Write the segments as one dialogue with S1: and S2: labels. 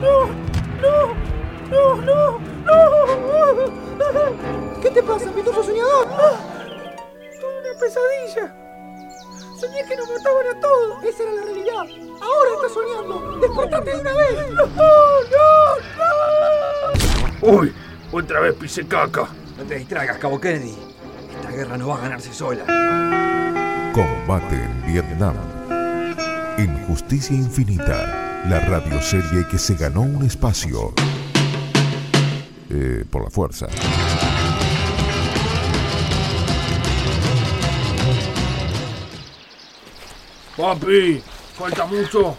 S1: ¡No! ¡No! ¡No! ¡No! ¡No!
S2: ¿Qué te pasa, pitufo soñador?
S1: Tuve una pesadilla. Soñé que nos mataban a todos.
S2: Esa era la realidad. Ahora estás soñando. Despertate de una vez.
S1: ¡No! ¡No! ¡No!
S3: ¡Uy! Otra vez pisé caca.
S4: No te distraigas, Cabo Kennedy. Esta guerra no va a ganarse sola.
S5: Combate en Vietnam. En Justicia Infinita, la radioserie que se ganó un espacio eh, por la fuerza.
S3: Papi, falta mucho.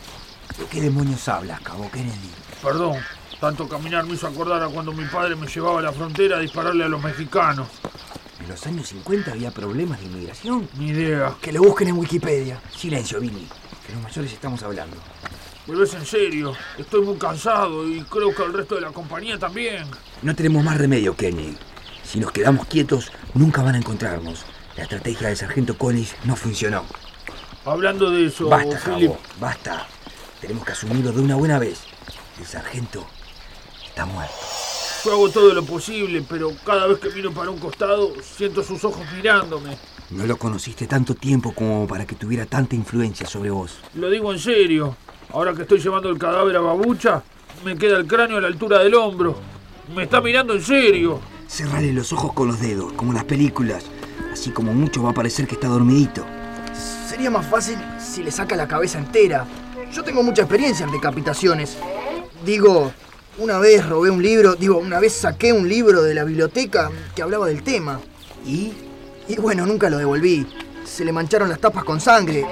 S4: ¿De qué demonios hablas, Cabo Kennedy?
S3: Perdón, tanto caminar me hizo acordar a cuando mi padre me llevaba a la frontera a dispararle a los mexicanos.
S4: En los años 50 había problemas de inmigración.
S3: Ni idea.
S4: Que lo busquen en Wikipedia. Silencio, Billy. Que los mayores estamos hablando.
S3: Pero es en serio, estoy muy cansado y creo que el resto de la compañía también.
S4: No tenemos más remedio, Kenny. Si nos quedamos quietos, nunca van a encontrarnos. La estrategia del sargento Collins no funcionó.
S3: Hablando de eso,
S4: Basta,
S3: Philip,
S4: Jabo, basta. Tenemos que asumirlo de una buena vez. El sargento está muerto.
S3: yo hago todo lo posible, pero cada vez que miro para un costado, siento sus ojos mirándome.
S4: No lo conociste tanto tiempo como para que tuviera tanta influencia sobre vos.
S3: Lo digo en serio. Ahora que estoy llevando el cadáver a babucha, me queda el cráneo a la altura del hombro. Me está mirando en serio.
S4: Cerrale los ojos con los dedos, como en las películas. Así como mucho va a parecer que está dormidito.
S2: Sería más fácil si le saca la cabeza entera. Yo tengo mucha experiencia en decapitaciones. Digo, una vez robé un libro, digo, una vez saqué un libro de la biblioteca que hablaba del tema.
S4: ¿Y?
S2: Y bueno, nunca lo devolví. Se le mancharon las tapas con sangre.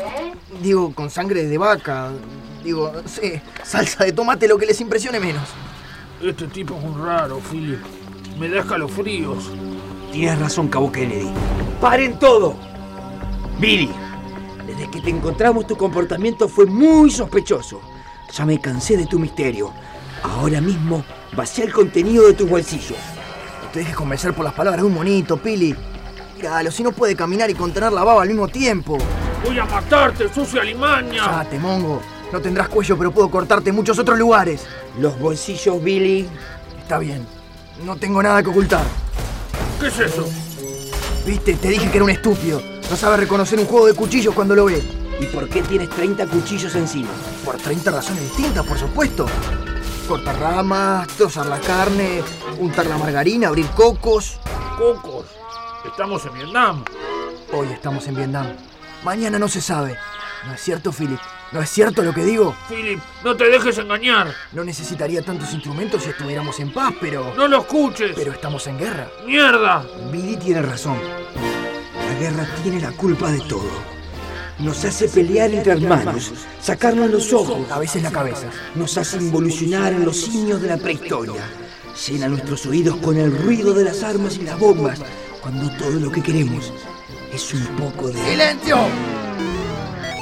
S2: Digo, con sangre de vaca. Digo, no sé, salsa de tomate, lo que les impresione menos.
S3: Este tipo es un raro, Philip. Me da escalofríos.
S4: Tienes razón, Cabo Kennedy. ¡Paren todo! Billy, desde que te encontramos tu comportamiento fue muy sospechoso. Ya me cansé de tu misterio. Ahora mismo vacía el contenido de tus bolsillos.
S2: No te dejes convencer por las palabras de un monito, Pili. Míralo, si no puede caminar y contener la baba al mismo tiempo.
S3: Voy a matarte, sucia limaña.
S2: Cállate, mongo. No tendrás cuello, pero puedo cortarte en muchos otros lugares.
S4: Los bolsillos, Billy.
S2: Está bien. No tengo nada que ocultar.
S3: ¿Qué es eso?
S2: Viste, te dije que era un estúpido. No sabe reconocer un juego de cuchillos cuando lo ve.
S4: ¿Y por qué tienes 30 cuchillos encima?
S2: Por 30 razones distintas, por supuesto. Cortar ramas, trozar la carne, untar la margarina, abrir cocos.
S3: Cocos. Estamos en Vietnam.
S2: Hoy estamos en Vietnam. Mañana no se sabe. ¿No es cierto, Philip? ¿No es cierto lo que digo?
S3: Philip, no te dejes engañar.
S2: No necesitaría tantos instrumentos si estuviéramos en paz, pero...
S3: No lo escuches.
S2: Pero estamos en guerra.
S3: ¡Mierda!
S4: Billy tiene razón. La guerra tiene la culpa de todo. Nos hace pelear entre hermanos, sacarnos los ojos,
S2: A veces la cabeza.
S4: nos hace involucionar en los simios de la prehistoria. Llena nuestros oídos con el ruido de las armas y las bombas, cuando todo lo que queremos es un poco de...
S2: ¡Silencio!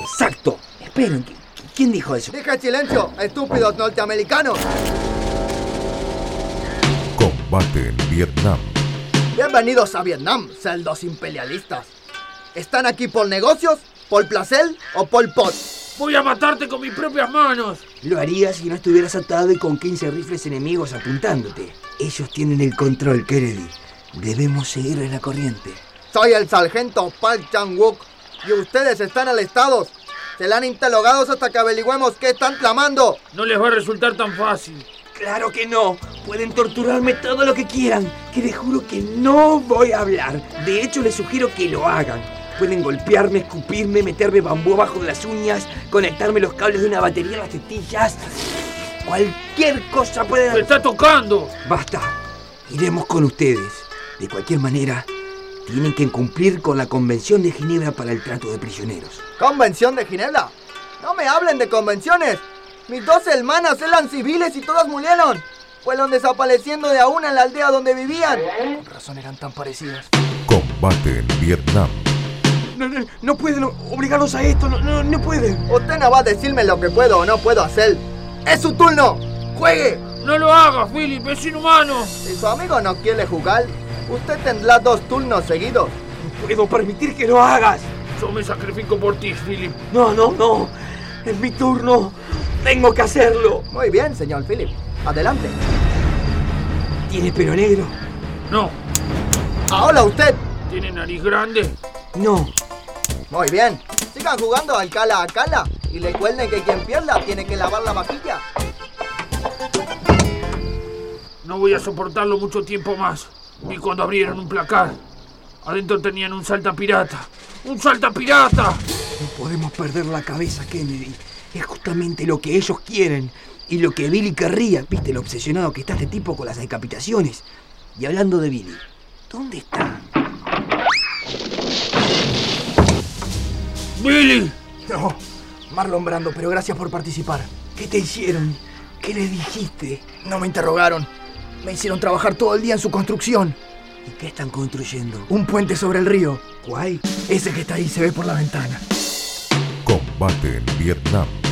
S4: ¡Exacto! Esperen, ¿qui- qui- ¿quién dijo eso?
S2: ¡Deja el silencio, estúpidos norteamericanos!
S5: Combate en Vietnam.
S2: Bienvenidos a Vietnam, celdos imperialistas. ¿Están aquí por negocios, por placer o por pot?
S3: Voy a matarte con mis propias manos.
S4: Lo haría si no estuvieras atado y con 15 rifles enemigos apuntándote. Ellos tienen el control, Kennedy. Debemos seguir en la corriente.
S2: Soy el sargento Park Chang-wook y ustedes están arrestados. Serán interrogados hasta que averigüemos qué están clamando.
S3: No les va a resultar tan fácil.
S4: Claro que no. Pueden torturarme todo lo que quieran. Que les juro que no voy a hablar. De hecho, les sugiero que lo hagan. Pueden golpearme, escupirme, meterme bambú abajo de las uñas, conectarme los cables de una batería a las tetillas. Cualquier cosa pueden
S3: ¡Me
S4: hacer.
S3: está tocando!
S4: Basta. Iremos con ustedes. De cualquier manera, tienen que cumplir con la Convención de Ginebra para el trato de prisioneros.
S2: ¿Convención de Ginebra? No me hablen de convenciones. Mis dos hermanas eran civiles y todas murieron. Fueron desapareciendo de a una en la aldea donde vivían. Con razón eran tan parecidas.
S5: Combate en Vietnam.
S4: No, no, no pueden obligarnos a esto. No, no, no pueden.
S2: Usted no va a decirme lo que puedo o no puedo hacer. ¡Es su turno! ¡Juegue!
S3: ¡No lo hagas, Philip! ¡Es inhumano!
S2: Si su amigo no quiere jugar, usted tendrá dos turnos seguidos.
S4: No puedo permitir que lo hagas.
S3: Yo me sacrifico por ti, Philip.
S4: No, no, no. Es mi turno. Tengo que hacerlo.
S2: Muy bien, señor Philip. Adelante.
S4: ¿Tiene pelo negro?
S3: No,
S2: Ahora usted.
S3: tiene nariz grande.
S4: No.
S2: Muy bien. Sigan jugando al cala a cala. Y recuerden que quien pierda tiene que lavar la vaquilla.
S3: No voy a soportarlo mucho tiempo más. Ni cuando abrieron un placar. Adentro tenían un saltapirata. ¡Un saltapirata!
S4: No podemos perder la cabeza, Kennedy. Es justamente lo que ellos quieren y lo que Billy querría. ¿Viste lo obsesionado que está este tipo con las decapitaciones? Y hablando de Billy, ¿dónde está?
S3: ¡Billy!
S2: No. Marlon Brando, pero gracias por participar.
S4: ¿Qué te hicieron? ¿Qué les dijiste?
S2: No me interrogaron. Me hicieron trabajar todo el día en su construcción.
S4: ¿Y qué están construyendo?
S2: Un puente sobre el río.
S4: ¿Cuál?
S2: Ese que está ahí se ve por la ventana.
S5: Combate en Vietnam.